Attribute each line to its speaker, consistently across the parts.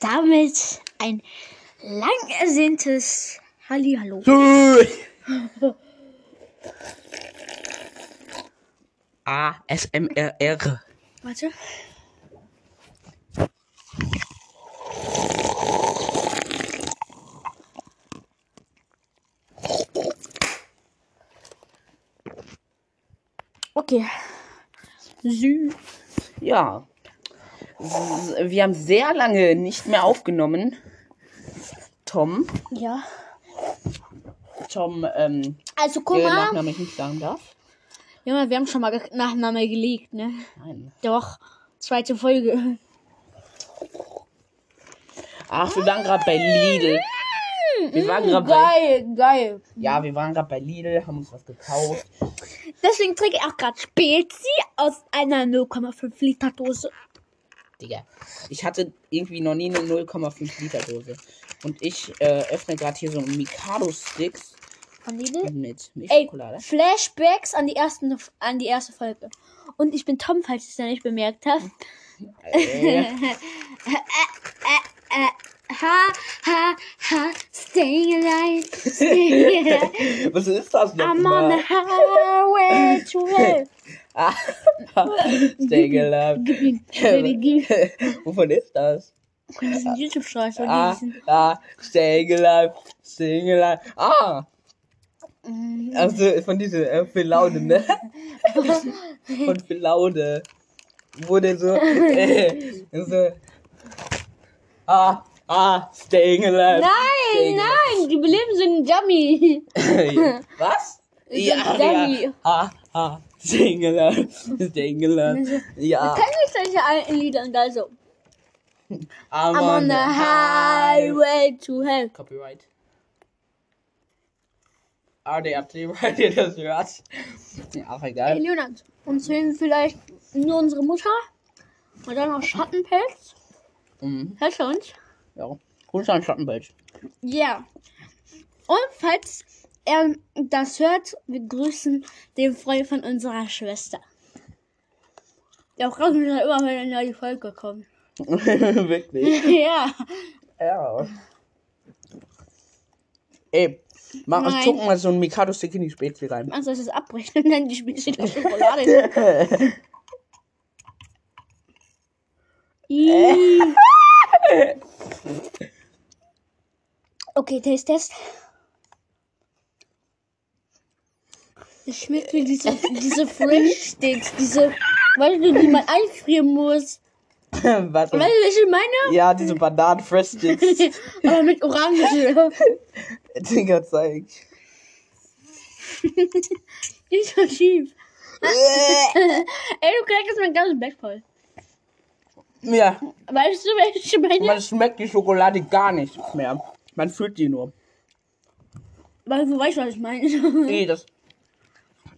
Speaker 1: damit ein lang ersehntes Hallihallo.
Speaker 2: ASMRR.
Speaker 1: Warte. Okay. Sü.
Speaker 2: Ja. S- Wir haben sehr lange nicht mehr aufgenommen. Tom.
Speaker 1: Ja.
Speaker 2: Tom, ähm,
Speaker 1: Also guck
Speaker 2: der
Speaker 1: mal.
Speaker 2: Nachname ich nicht sagen darf.
Speaker 1: Junge, wir haben schon mal Ge- Nachname gelegt, ne?
Speaker 2: Nein.
Speaker 1: Doch. Zweite Folge.
Speaker 2: Ach, wir waren gerade bei Lidl.
Speaker 1: Mm.
Speaker 2: Wir waren gerade bei.
Speaker 1: Geil, geil.
Speaker 2: Ja, wir waren gerade bei Lidl, haben uns was gekauft.
Speaker 1: Deswegen trinke ich auch gerade Spezi aus einer 0,5 Liter Dose.
Speaker 2: Digga. Ich hatte irgendwie noch nie eine 0,5 Liter Dose. Und ich äh, öffne gerade hier so Mikado-Sticks
Speaker 1: Von Lidl.
Speaker 2: mit
Speaker 1: Ey,
Speaker 2: Milchschokolade.
Speaker 1: Flashbacks an die, ersten, an die erste Folge. Und ich bin Tom, falls ihr es noch nicht bemerkt habt.
Speaker 2: Äh,
Speaker 1: Äh, Ha, ha, ha, staying alive, staying alive.
Speaker 2: was ist das
Speaker 1: I'm on the
Speaker 2: nochmal?
Speaker 1: highway to hell.
Speaker 2: Ah. Stay alive.
Speaker 1: Gib ihn, baby, gib ihn.
Speaker 2: Wovon ist das?
Speaker 1: Das ist ein YouTube-Scheiß.
Speaker 2: Ah,
Speaker 1: Ah.
Speaker 2: ah, stay alive, stay alive. Ah, also von dieser äh, für Laude, ne? Von für Laude wurde so, äh, so. Ah, ah, stay alive.
Speaker 1: Nein,
Speaker 2: staying
Speaker 1: nein, die beleben so einen Dummy.
Speaker 2: alive. Was?
Speaker 1: So ein Dummy.
Speaker 2: Ah, ah, stay
Speaker 1: uh,
Speaker 2: alive, stay alive. Ja.
Speaker 1: Kann ich solche alten Lieder und also.
Speaker 2: I'm,
Speaker 1: I'm on the highway to hell.
Speaker 2: Copyright. RDAT, RDAT, das hört. Ja, auch
Speaker 1: Hey,
Speaker 2: egal.
Speaker 1: Leonard, uns hören vielleicht nur unsere Mutter und dann noch Schattenpelz.
Speaker 2: Mhm.
Speaker 1: Hörst du uns?
Speaker 2: Ja. Grüße an Schattenbild.
Speaker 1: Ja. Und falls er das hört, wir grüßen den Freund von unserer Schwester. Der freut mich ja immer, wenn er in die Folge kommt.
Speaker 2: Wirklich.
Speaker 1: ja.
Speaker 2: Ja.
Speaker 1: Eh,
Speaker 2: Ey, mach
Speaker 1: Nein.
Speaker 2: uns gucken mal so ein Mikado-Stick in die Spezi rein.
Speaker 1: Also es ist abbrechen und dann die Spieße in der Schokolade. Ih. okay, Taste Test. Es schmeckt wie diese, diese French Sticks, diese, weißt du, die man einfrieren muss.
Speaker 2: Warte.
Speaker 1: Weißt du, welche ich meine?
Speaker 2: Ja, diese Bananen-Fresh-Sticks.
Speaker 1: Aber mit Orange.
Speaker 2: Digga, zeig.
Speaker 1: Nicht so schief. Ey, du kriegst mein ganzes Bett voll.
Speaker 2: ja,
Speaker 1: Weißt du, welche ich meine?
Speaker 2: man schmeckt die Schokolade gar nicht mehr. Man fühlt die nur.
Speaker 1: Weil du weißt, was ich meine.
Speaker 2: Nee, das.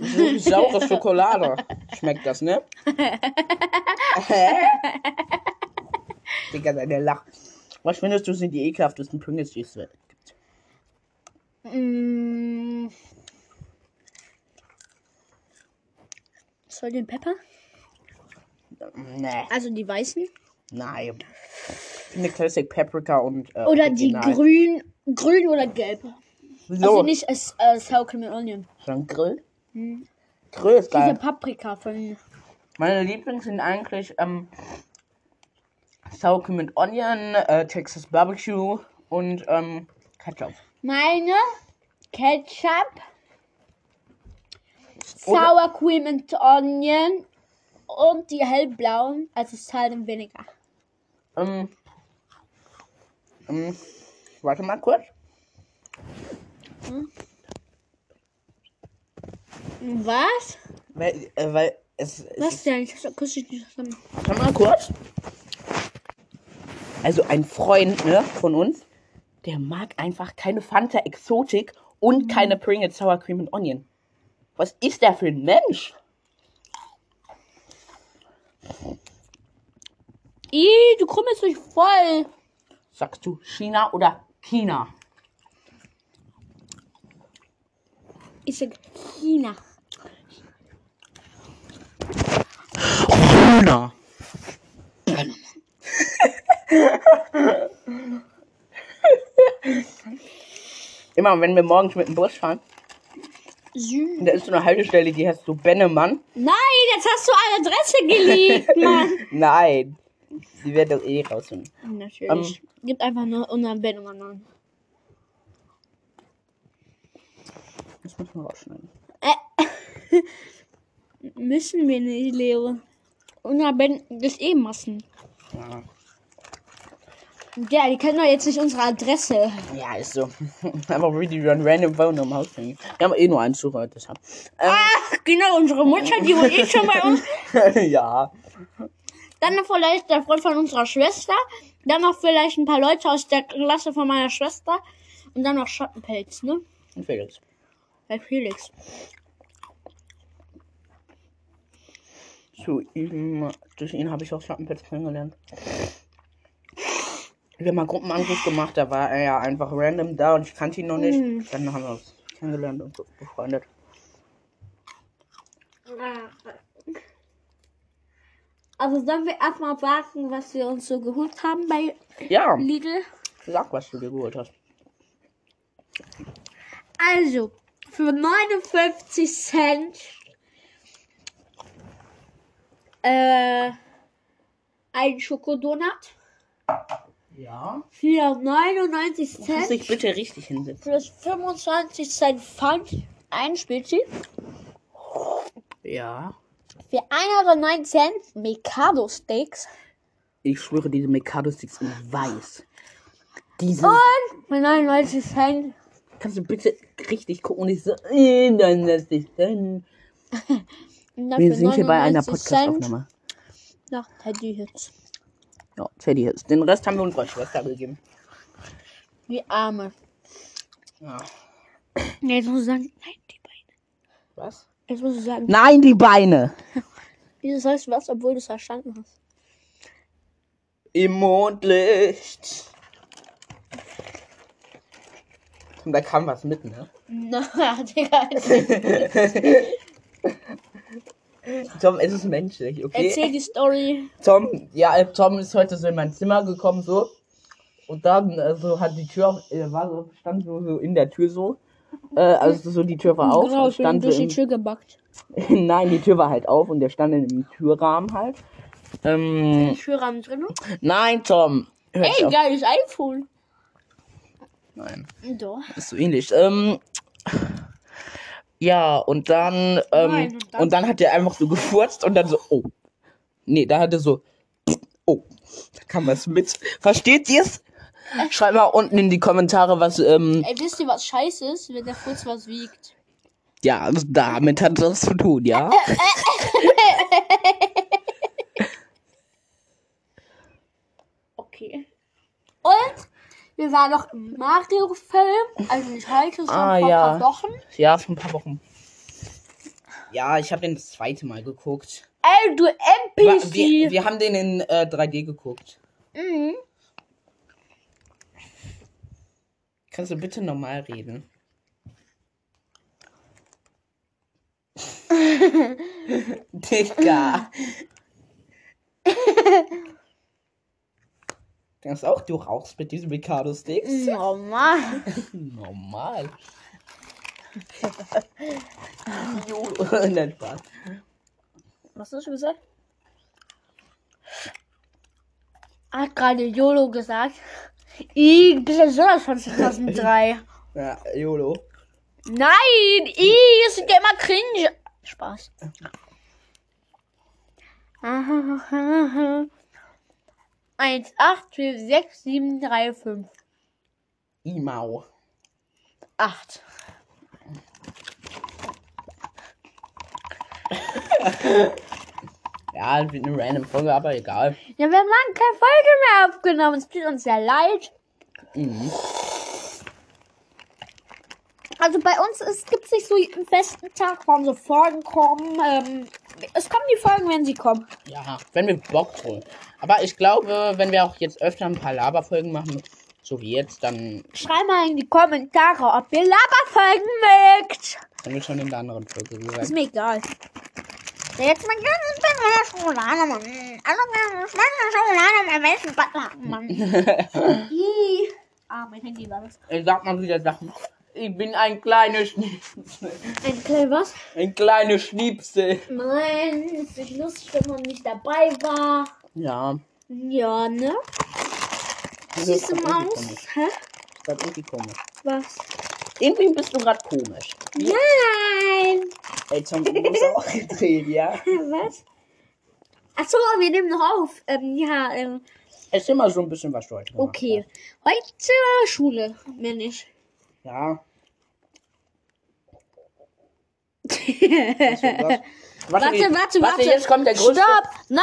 Speaker 2: Das ist wirklich saure Schokolade. Schmeckt das, ne? Hä? Digga, seine Lach. Was findest du sind die ekelhaftesten Pringles, die es gibt?
Speaker 1: Mm. Soll den Pepper?
Speaker 2: Nee.
Speaker 1: Also die weißen?
Speaker 2: Nein. Ich finde Classic Paprika und. Äh,
Speaker 1: Oder die
Speaker 2: Original.
Speaker 1: grün, grün oder gelb? Also
Speaker 2: So,
Speaker 1: nicht als äh, Sour Cream and Onion.
Speaker 2: so ein Grill. Grill ist
Speaker 1: Diese
Speaker 2: geil.
Speaker 1: Paprika von.
Speaker 2: Meine Lieblings sind eigentlich ähm, Sour Cream and Onion, äh, Texas Barbecue und ähm, Ketchup.
Speaker 1: Meine Ketchup,
Speaker 2: Oder-
Speaker 1: Sour Cream and Onion und die hellblauen, also Salt und Vinegar.
Speaker 2: Ähm, ähm, warte mal kurz.
Speaker 1: Was?
Speaker 2: Weil, äh, weil es, es
Speaker 1: Was denn? Ich hab's akustisch nicht verstanden.
Speaker 2: warte mal kurz. Also ein Freund ne, von uns, der mag einfach keine Fanta Exotik und keine Pringles Sour Cream und Onion. Was ist der für ein Mensch?
Speaker 1: Ih, du krümmst mich voll.
Speaker 2: Sagst du China oder China?
Speaker 1: Ich sag China.
Speaker 2: China. Immer wenn wir morgens mit dem Bus fahren,
Speaker 1: Süß.
Speaker 2: da ist so eine Haltestelle, die heißt so Bennemann.
Speaker 1: Nein, jetzt hast du eine Adresse geleakt, Mann.
Speaker 2: Nein, die werden doch eh raus.
Speaker 1: Natürlich. Gib einfach nur unseren Bennemann an.
Speaker 2: Das muss man rausschneiden.
Speaker 1: Äh. Müssen wir nicht, Leo. Unser Ben ist eh Massen.
Speaker 2: Ja.
Speaker 1: Ja, die kennen doch jetzt nicht unsere Adresse.
Speaker 2: Ja, ist so. Einfach really run random Wohnung im Haus. Wir haben eh nur einen Zuhörer, deshalb.
Speaker 1: Ach, genau, unsere Mutter, die wohnt eh schon bei uns.
Speaker 2: Ähm, ja.
Speaker 1: Dann noch vielleicht der Freund von unserer Schwester. Dann noch vielleicht ein paar Leute aus der Klasse von meiner Schwester. Und dann noch Schattenpelz, ne?
Speaker 2: Und Felix.
Speaker 1: Bei Felix.
Speaker 2: Zu ihm, durch ihn habe ich auch Schattenpilz kennengelernt. Wir haben mal Gruppenangriff gemacht, da war er ja einfach random da und ich kannte ihn noch nicht. Dann haben wir uns kennengelernt und so befreundet.
Speaker 1: Also sollen wir erstmal warten, was wir uns so geholt haben bei
Speaker 2: Ja,
Speaker 1: Lidl?
Speaker 2: sag, was du dir geholt hast.
Speaker 1: Also, für 59 Cent äh, ein Schokodonut.
Speaker 2: Ja.
Speaker 1: Für 99
Speaker 2: Kannst dich
Speaker 1: Cent
Speaker 2: bitte richtig hinsetzen.
Speaker 1: plus 25 Cent Pfand ein Spezi.
Speaker 2: Ja.
Speaker 1: Für 1,09 Cent Mikado Steaks.
Speaker 2: Ich schwöre, diese Mikado-Sticks in weiß. Diese.
Speaker 1: Und für 99 Cent
Speaker 2: Kannst du bitte richtig gucken und ich so. äh, Dann lässt dich denn.
Speaker 1: und dann
Speaker 2: Wir
Speaker 1: für
Speaker 2: sind hier bei einer
Speaker 1: 99 Cent
Speaker 2: Podcast-Aufnahme.
Speaker 1: nach Teddy Hits.
Speaker 2: Ja, Teddy ist. Den Rest haben wir unserer Schwester gegeben.
Speaker 1: Die Arme.
Speaker 2: Ja.
Speaker 1: Jetzt muss ich sagen, nein, die Beine.
Speaker 2: Was?
Speaker 1: Jetzt muss ich sagen,
Speaker 2: Nein, die Beine!
Speaker 1: Wieso sagst du was, obwohl du es verstanden hast?
Speaker 2: Im Mondlicht. Und da kam was mit, ne?
Speaker 1: Na, Digga,
Speaker 2: Tom, es ist menschlich, okay?
Speaker 1: erzähl die Story.
Speaker 2: Tom, ja, äh, Tom ist heute so in mein Zimmer gekommen, so. Und dann äh, so hat die Tür auf, äh, war so, stand so, so in der Tür so. Äh, also so die Tür war auf.
Speaker 1: genau,
Speaker 2: und
Speaker 1: ich bin
Speaker 2: stand
Speaker 1: durch
Speaker 2: so
Speaker 1: die
Speaker 2: im,
Speaker 1: Tür gebackt.
Speaker 2: Nein, die Tür war halt auf und der stand in dem Türrahmen halt. Ähm,
Speaker 1: Türrahmen drin.
Speaker 2: nein, Tom. Hör ich
Speaker 1: Ey,
Speaker 2: auf.
Speaker 1: geiles iPhone.
Speaker 2: Nein,
Speaker 1: Doch.
Speaker 2: ist so ähnlich. Ähm, ja, und dann, ähm,
Speaker 1: Nein, und
Speaker 2: und
Speaker 1: dann-
Speaker 2: dann, hat er einfach so gefurzt und dann so, oh. Nee, da hat er so, oh, da kam was mit. Versteht ihr's? Schreibt mal unten in die Kommentare, was, ähm,
Speaker 1: Ey, wisst ihr, was scheiße ist, wenn der Furz was wiegt?
Speaker 2: ja, also damit hat das zu tun, ja?
Speaker 1: Okay. Und wir waren noch im Mario-Film. Also nicht heute, sondern
Speaker 2: Ah,
Speaker 1: vor ein paar
Speaker 2: ja.
Speaker 1: Wochen.
Speaker 2: Ja, vor ein paar Wochen. Ja, ich habe den das zweite Mal geguckt.
Speaker 1: Ey, du
Speaker 2: Wa-
Speaker 1: NPC.
Speaker 2: Wir, wir haben den in äh, 3D geguckt.
Speaker 1: mhm.
Speaker 2: Kannst du bitte normal reden? Digga. Denkst auch, du rauchst mit diesen Mikado-Sticks?
Speaker 1: Normal.
Speaker 2: Normal. Jo, Nein, Spaß.
Speaker 1: Was hast du gesagt? Hat gerade YOLO gesagt. I, bist ja sowas von 2003.
Speaker 2: Ja, YOLO.
Speaker 1: Nein, I, es sind ja immer cringe. Spaß. Eins, acht, vier, sechs, sieben, drei, fünf,
Speaker 2: Imao.
Speaker 1: acht.
Speaker 2: Ja, das wird eine random Folge, aber egal.
Speaker 1: Ja, wir haben lange keine Folge mehr aufgenommen. Es tut uns sehr leid.
Speaker 2: Mhm.
Speaker 1: Also bei uns gibt es nicht so einen festen Tag, wann so Folgen kommen. Ähm, es kommen die Folgen, wenn sie kommen.
Speaker 2: Ja, wenn wir Bock holen. Aber ich glaube, wenn wir auch jetzt öfter ein paar Laberfolgen machen, so wie jetzt, dann
Speaker 1: Schreibt mal in die Kommentare, ob ihr Laberfolgen mögt.
Speaker 2: haben wir schon in der anderen Folge gesagt.
Speaker 1: Ist mir egal.
Speaker 3: Jetzt mal ganz bisschen mehr Schokolade, Mann. Also ganz schwarze Schokolade mit welchen Butler, Mann.
Speaker 1: Ih. Ah, mein Handy war das.
Speaker 2: Ich Äh, sag mal wieder Sachen. Ich bin ein kleines Schnipsel.
Speaker 1: Ein kleines was?
Speaker 2: Ein kleines Schnipsel.
Speaker 1: Nein, ist nicht lustig, wenn man nicht dabei war.
Speaker 2: Ja.
Speaker 1: Ja, ne? Süße Maus. Hä?
Speaker 2: Das ist irgendwie komisch.
Speaker 1: Was?
Speaker 2: Irgendwie bist du gerade komisch.
Speaker 1: Nein!
Speaker 2: Ey, Zombie, du bist auch gedreht, ja?
Speaker 1: Was? Achso, wir nehmen noch auf. Ähm, ja, ähm,
Speaker 2: Erzähl mal so ein bisschen, was du heute gemacht
Speaker 1: okay.
Speaker 2: hast.
Speaker 1: Heute Schule, mehr nicht.
Speaker 2: Ja.
Speaker 1: warte,
Speaker 2: Was
Speaker 1: warte, warte.
Speaker 2: Jetzt kommt der größte.
Speaker 1: Stopp! Nein!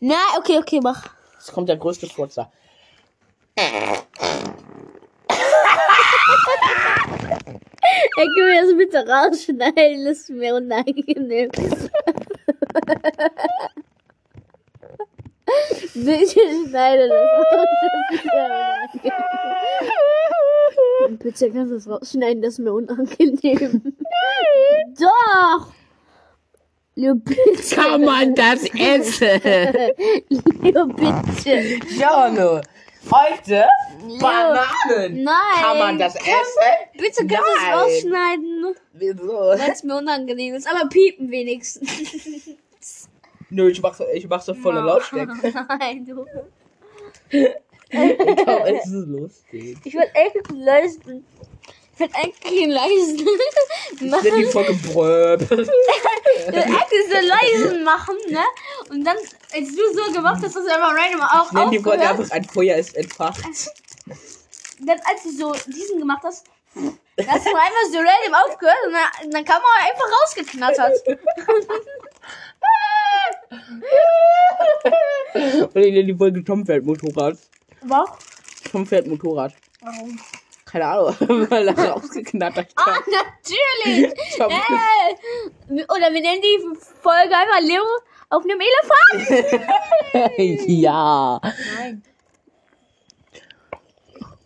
Speaker 1: Nein, okay, okay, mach.
Speaker 2: Jetzt kommt der größte Furzer.
Speaker 1: Ey, können wir das bitte rausschneiden? Das ist mir unangenehm. Bitte schneide das raus. Das ist mir unangenehm. Bitte kannst du das rausschneiden, das ist mir unangenehm. Doch! Leo, bitte.
Speaker 2: Kann man das essen?
Speaker 1: Leo, bitte.
Speaker 2: Jano, heute
Speaker 1: Nein.
Speaker 2: Bananen. Kann man das essen?
Speaker 1: Bitte kannst du
Speaker 2: Nein.
Speaker 1: das rausschneiden,
Speaker 2: Wieso?
Speaker 1: weil es mir unangenehm ist. Aber piepen wenigstens.
Speaker 2: Nö, ich mach's, ich mach's auf volle Lautstärke.
Speaker 1: Nein, du.
Speaker 2: Komm, es ist lustig.
Speaker 1: Ich will eigentlich leisten. Ich will eigentlich leisten.
Speaker 2: Ich werd die Folge bröb.
Speaker 1: Ich will eigentlich so leisen machen, ne? Und dann, als du so gemacht hast, hast du einfach random auch
Speaker 2: Nenn die Folge
Speaker 1: aufgehört.
Speaker 2: einfach ein Feuer ist entfacht.
Speaker 1: Dann, als du so diesen gemacht hast, dann hast du einfach so random aufgehört und dann, dann kam man einfach rausgeknattert.
Speaker 2: Und ich nenn die Folge Tom fährt Motorrad.
Speaker 1: Wow.
Speaker 2: Tom fährt Motorrad. Keine Ahnung, weil er rausgeknattert
Speaker 1: Ah,
Speaker 2: hat.
Speaker 1: natürlich!
Speaker 2: Tom ist-
Speaker 1: Hey. Oder wir nennen die Folge einfach Leo auf einem Elefanten.
Speaker 2: ja.
Speaker 1: Nein.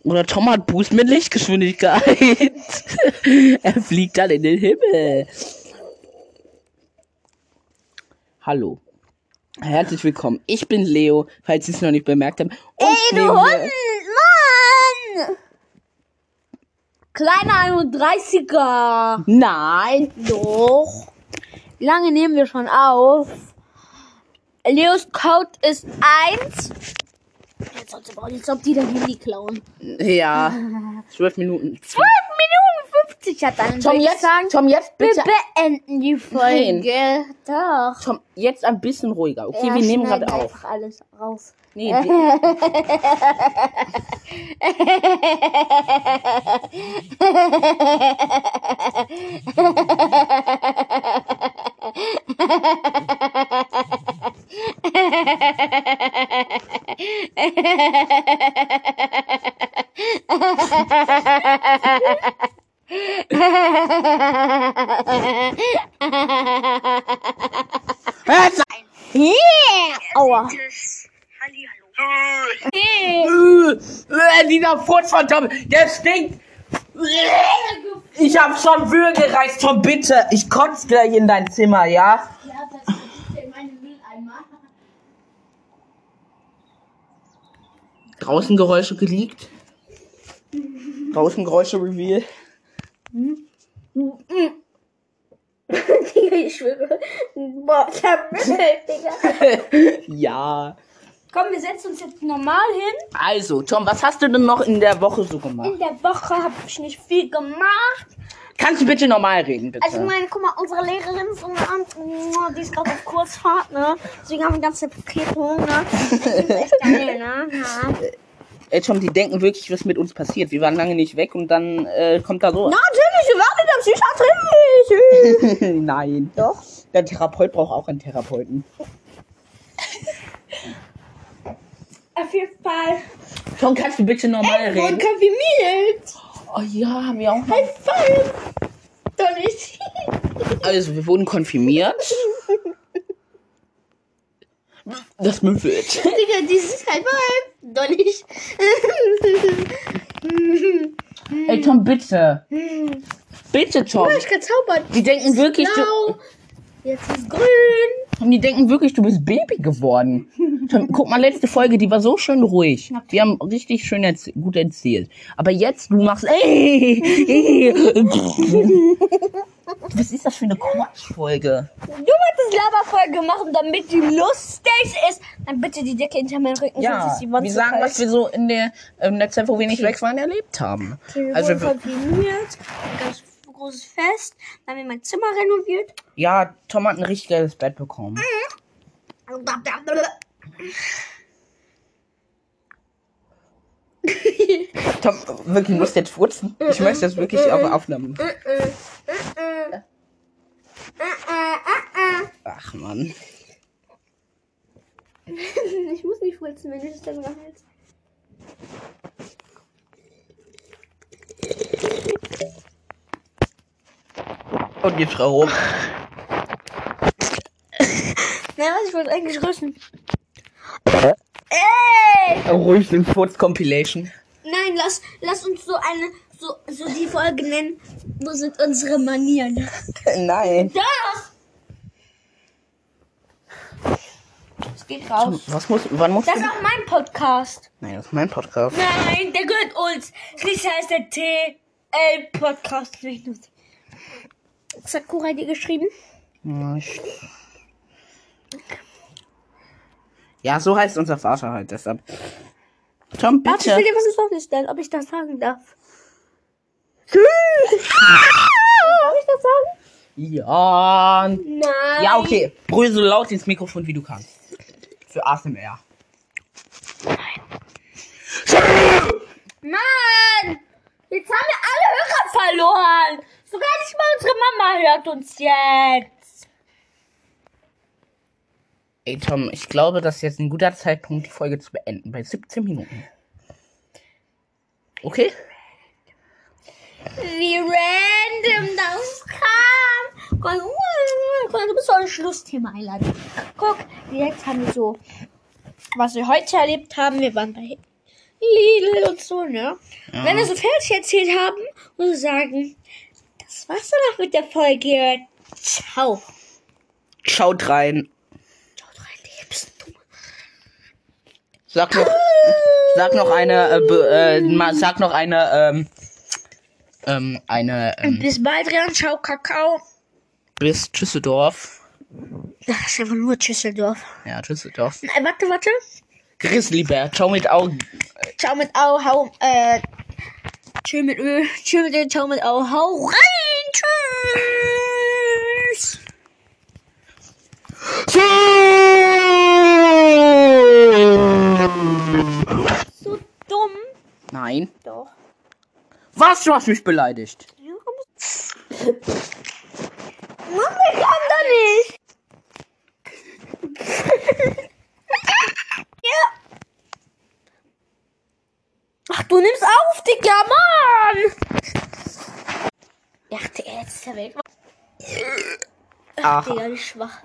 Speaker 2: Oder Tom hat Boost mit Lichtgeschwindigkeit. er fliegt dann in den Himmel. Hallo. Herzlich willkommen. Ich bin Leo, falls Sie es noch nicht bemerkt haben. Und
Speaker 1: Ey, du
Speaker 2: neben mir-
Speaker 1: Hund! Mann! Kleiner 31er.
Speaker 2: Nein!
Speaker 1: Doch. Wie lange nehmen wir schon auf? Leos Code ist 1. Jetzt sollte aber auch nicht, als ob die dein Handy klauen.
Speaker 2: Ja. Zwölf Minuten.
Speaker 1: 12 Minuten 50 hat dann.
Speaker 2: Tom,
Speaker 1: würde ich
Speaker 2: jetzt,
Speaker 1: sagen,
Speaker 2: Tom, jetzt bitte.
Speaker 1: wir beenden die Folge. Doch.
Speaker 2: Tom, jetzt ein bisschen ruhiger. Okay,
Speaker 1: Ja,
Speaker 2: wir nehmen
Speaker 1: schneiden
Speaker 2: gerade auf.
Speaker 1: einfach alles raus.
Speaker 2: Nee, wir, Hört
Speaker 1: Yeah! Aua. Hey.
Speaker 2: Äh, Dieser Furz von Tom, der stinkt. Äh, Ich hab schon Würge gereizt, Tom, bitte. Ich kotz gleich in dein Zimmer, ja?
Speaker 1: Ja, das ist in meinem Mülleimer.
Speaker 2: Draußen Geräusche geleakt. Draußen Geräusche reveal.
Speaker 1: Digga, ich schwöre. Boah, ich hab Mittel, Digga.
Speaker 2: ja.
Speaker 1: Komm, wir setzen uns jetzt normal hin.
Speaker 2: Also, Tom, was hast du denn noch in der Woche so gemacht?
Speaker 1: In der Woche habe ich nicht viel gemacht.
Speaker 2: Kannst du bitte normal reden, bitte?
Speaker 1: Also, ich meine, guck mal, unsere Lehrerin ist unter anderem, die ist gerade auf Kurzfahrt, ne? Deswegen haben wir ganze Pakete, ne? Das ist echt geil, ne? Ja.
Speaker 2: Ey, Tom, die denken wirklich, was mit uns passiert. Wir waren lange nicht weg und dann äh, kommt da so.
Speaker 1: Natürlich, wir waren in der Psychiatrie.
Speaker 2: Nein. Doch. Der Therapeut braucht auch einen Therapeuten.
Speaker 1: Auf jeden Fall.
Speaker 2: Tom, kannst du bitte normal
Speaker 1: Und
Speaker 2: reden?
Speaker 1: Kaffee Milz.
Speaker 2: Oh ja, haben wir auch mal.
Speaker 1: High five. Doch nicht.
Speaker 2: Also, wir wurden konfirmiert. Das müffelt.
Speaker 1: Digga, dieses High five. Doch nicht.
Speaker 2: Ey,
Speaker 1: Hm.
Speaker 2: Tom, bitte. Bitte, Tom.
Speaker 1: Ich kann zaubern. genau.
Speaker 2: Die denken wirklich, du,
Speaker 1: Blau. Jetzt ist grün.
Speaker 2: Und die denken wirklich, du bist Baby geworden. Dann Guck mal, letzte Folge, die war so schön ruhig. Wir haben richtig schön erz gut erzählt. Aber jetzt, du machst. Ey, ey, Was ist das für eine Quatschfolge?
Speaker 4: Du wolltest Laberfolge machen, damit die lustig ist. Dann bitte die Decke hinter meinen Rücken. sonst
Speaker 2: Ja,
Speaker 4: ist die Wand
Speaker 2: wir
Speaker 4: zu
Speaker 2: sagen,
Speaker 4: kalt.
Speaker 2: was wir so in der, in der Zeit, wo wir nicht weg waren, erlebt haben.
Speaker 4: Okay, wir
Speaker 2: Also,
Speaker 4: wurden konfirmiert. Ein ganz großes Fest. Dann haben wir mein Zimmer renoviert.
Speaker 2: ja, Tom hat ein richtig geiles Bett bekommen. Tom, wirklich, du musst jetzt furzen.
Speaker 5: Ich möchte das wirklich auf Aufnahmen.
Speaker 2: Ach, Mann.
Speaker 4: Ich muss nicht furzen, wenn ich es dann halt.
Speaker 2: Und jetzt rum.
Speaker 4: Nein, was, ich wollte eigentlich rüsten.
Speaker 2: Ruhig den Furz-Compilation.
Speaker 1: Nein, lass, lass uns so eine, so, so die Folge nennen. Wo sind unsere Manieren?
Speaker 2: Nein.
Speaker 4: Es geht raus.
Speaker 2: Was muss, wann muss
Speaker 4: Das ist auch mein Podcast.
Speaker 2: Nein, das ist mein Podcast.
Speaker 4: Nein, der gehört uns. Schließlich heißt der TL-Podcast nicht nur. Das hat Kura dir geschrieben.
Speaker 2: Ja, ich- Ja, so heißt unser Vater halt, deshalb. Tom,
Speaker 4: Darf ich will
Speaker 2: bitte.
Speaker 4: dir was ins Wort stellen, ob ich das sagen darf?
Speaker 2: Ja.
Speaker 4: Nein.
Speaker 2: Ja, okay. Brüll so laut ins Mikrofon, wie du kannst. Für ASMR.
Speaker 4: Mann! Jetzt haben wir alle Hörer verloren. Sogar nicht mal unsere Mama hört uns jetzt.
Speaker 2: Ey, Tom, ich glaube, das ist jetzt ein guter Zeitpunkt, die Folge zu beenden. Bei 17 Minuten. Okay?
Speaker 4: Wie random das kam. Guck, uh, guck, du bist doch ein Schlussthema einladen. Guck, jetzt haben wir so, was wir heute erlebt haben. Wir waren bei Lidl und so, ne? Wenn wir so fertig erzählt haben und sagen, das war's dann auch mit der Folge. Ciao.
Speaker 2: Schaut rein.
Speaker 4: Haut rein, Digga, bist du
Speaker 2: Sag noch, sag noch eine, äh, be- äh, ma- sag noch eine, ähm, ähm, eine, ähm,
Speaker 4: Bis bald, Rian. Ciao, Kakao.
Speaker 2: bis Düsseldorf.
Speaker 4: Das ist einfach nur Düsseldorf.
Speaker 2: Ja, Düsseldorf.
Speaker 4: Nein, warte, warte.
Speaker 2: Grizzlybär, ciao mit Augen.
Speaker 4: Ciao mit Au, hau, äh, chill mit Öl, chill mit Öl, ciao mit Au, hau rein, tschüss. So dumm.
Speaker 2: Nein.
Speaker 4: Doch.
Speaker 2: Was, du hast mich beleidigt.
Speaker 4: Mama, ich kann da nicht. ja. Ach, du nimmst auf, Digga, Mann. Ja, Digga, jetzt ist der Welt.
Speaker 2: Ach,
Speaker 4: Digga, wie schwach.